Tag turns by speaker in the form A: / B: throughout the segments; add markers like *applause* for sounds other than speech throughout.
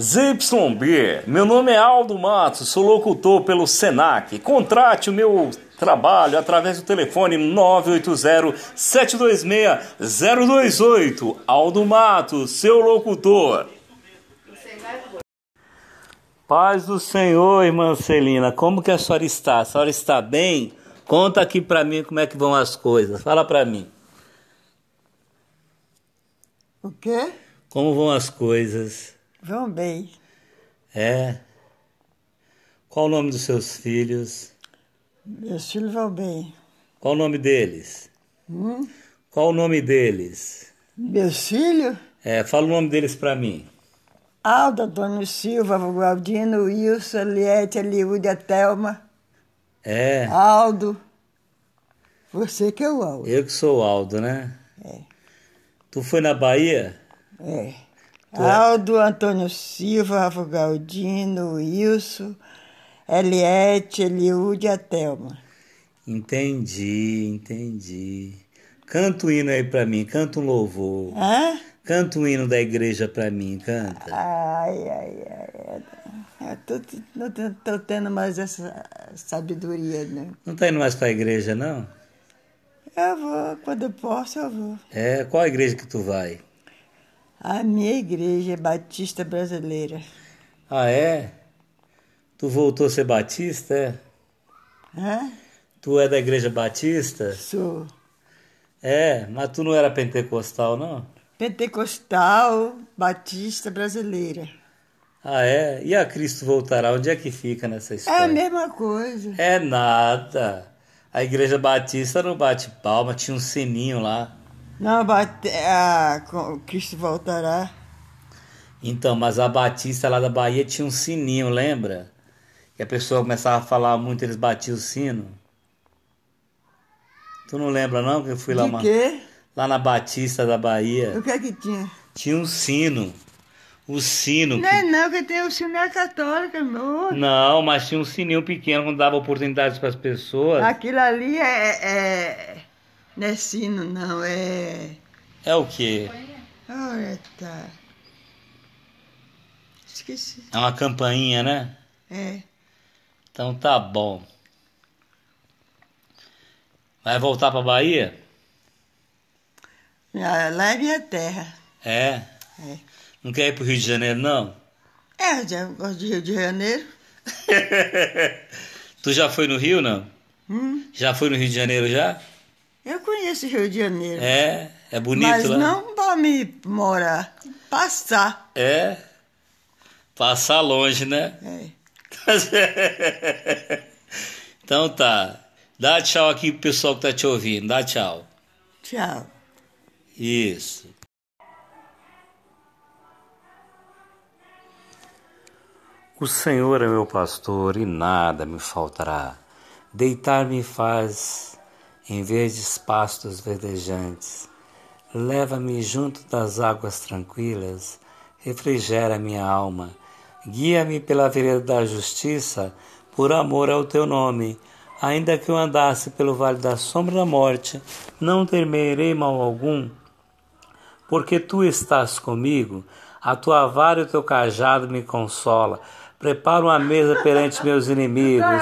A: ZYB, meu nome é Aldo Matos, sou locutor pelo SENAC. Contrate o meu trabalho através do telefone 980-726-028. Aldo Matos, seu locutor. Paz do Senhor, irmã Celina, como que a senhora está? A senhora está bem? Conta aqui pra mim como é que vão as coisas. Fala pra mim.
B: O quê?
A: Como vão as coisas?
B: Vão bem.
A: É. Qual o nome dos seus filhos?
B: Meus filhos vão bem.
A: Qual o nome deles? Qual o nome deles?
B: Meus filhos?
A: É, fala o nome deles pra mim.
B: Alda, Antônio Silva, Gualdino, Wilson, Liette, Eliúdia, Thelma,
A: É,
B: Aldo. Você que é o Aldo.
A: eu que sou o Aldo, né?
B: É.
A: Tu foi na Bahia?
B: É. Aldo, Antônio Silva, Rafa Galdino, Wilson, Eliette, Eliúdia, Thelma.
A: Entendi, entendi. Canta o hino aí pra mim, canta um louvor.
B: Hã?
A: Canta o hino da igreja pra mim, canta.
B: Ai, ai, ai. ai. Eu tô, te- não tô, tô tendo mais essa sabedoria, né?
A: Não tá indo mais pra igreja, não?
B: Eu vou, quando eu posso, eu vou.
A: É, qual a igreja que tu vai?
B: A minha igreja é batista brasileira.
A: Ah, é? Tu voltou a ser batista, é?
B: Hã?
A: Tu é da igreja batista?
B: né? Sou
A: É, mas tu não era pentecostal, não?
B: pentecostal batista brasileira.
A: Ah, é? E a Cristo voltará? Onde é que fica nessa
B: É a
A: história?
B: mesma coisa.
A: É nada. A igreja batista não bate palma, tinha um sininho lá.
B: Não, bate, ah, com- Cristo voltará.
A: Então, mas a batista lá da Bahia tinha um sininho, lembra? E a pessoa começava a falar muito, eles batiam o sino. Tu não lembra não que eu fui lá
B: De
A: uma-
B: quê?
A: lá na Batista da Bahia?
B: O que é que tinha?
A: Tinha um sino. O sino
B: Não
A: que
B: é não, que tem o sinal católico, amor.
A: Não, mas tinha um sininho pequeno quando dava oportunidades para as pessoas.
B: Aquilo ali é, é- Não é sino, não, é...
A: É o quê?
B: Olha, tá. Esqueci.
A: É uma campainha, né?
B: É.
A: Então tá bom. Vai voltar para Bahia?
B: Ah, Lá é minha terra.
A: É.
B: É.
A: Não quer ir pro Rio de Janeiro não?
B: É, eu já gosto de Rio de Janeiro.
A: tu já foi no Rio não?
B: Hum,
A: Já foi no Rio de Janeiro já?
B: eu conheço Rio de Janeiro.
A: É. É bonito
B: mas
A: lá.
B: não para me morar. Passar.
A: É. Passar longe, né? *laughs*
B: É.
A: então tá. Dá tchau aqui pro pessoal que tá te ouvindo. Dá tchau.
B: Tchau.
A: Isso. O Senhor é meu pastor e nada me faltará. Deitar-me faz em verdes pastos verdejantes. Leva-me junto das águas tranquilas, refrigera minha alma. Guia-me pela vereda da justiça, por amor ao teu nome. Ainda que eu andasse pelo vale da sombra da morte, não temerei mal algum, porque tu estás comigo, a tua vara e o teu cajado me consola. Prepara uma mesa perante meus inimigos,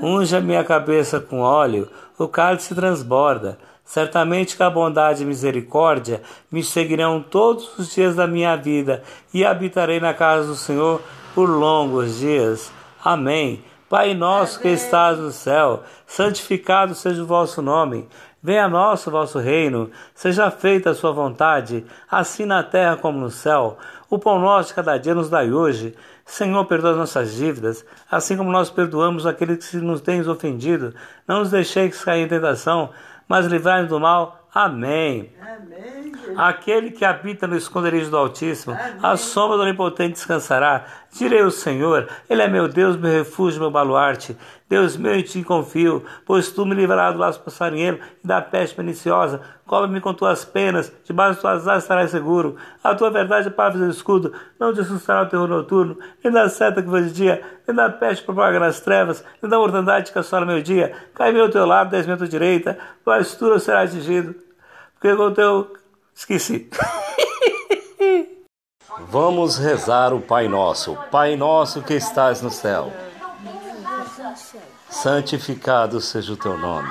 A: unge a minha cabeça com óleo, o cálice transborda. Certamente que a bondade e misericórdia me seguirão todos os dias da minha vida e habitarei na casa do Senhor por longos dias. Amém. Pai nosso que estás no céu, santificado seja o vosso nome. Venha a nós o vosso reino, seja feita a sua vontade, assim na terra como no céu. O pão nosso de cada dia nos dai hoje. Senhor, perdoa as nossas dívidas, assim como nós perdoamos aqueles que nos têm ofendido. Não nos deixeis cair em tentação, mas livrai-nos do mal. Amém.
B: Amém.
A: Aquele que habita no esconderijo do Altíssimo, a sombra do Onipotente descansará. Direi o Senhor, Ele é meu Deus, meu refúgio, meu baluarte. Deus meu, em ti confio, pois tu me livrarás do laço passarinheiro e da peste perniciosa. Cobre-me com tuas penas, debaixo das tuas asas estarás seguro. A tua verdade é pavos e escudo, não te assustará o terror noturno, nem da seta que faz de dia, nem da peste que propaga nas trevas, nem da mortandade que assola meu dia. Cai-me ao teu lado, desce à tua direita, mas tu não serás atingido. Porque com o teu. Esqueci.
C: Vamos rezar o Pai Nosso. Pai Nosso que estás no céu. Santificado seja o teu nome.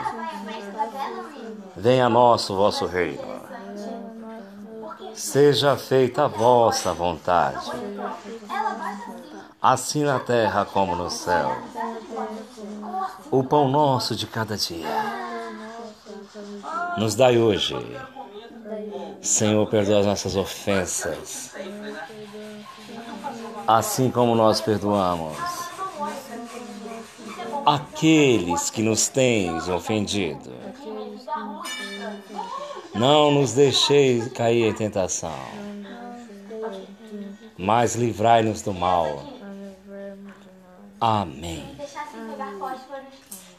C: Venha a nós o vosso reino. Seja feita a vossa vontade, assim na terra como no céu. O pão nosso de cada dia. Nos dai hoje. Senhor, perdoa as nossas ofensas, assim como nós perdoamos aqueles que nos tens ofendido. Não nos deixeis cair em tentação, mas livrai-nos do mal. Amém.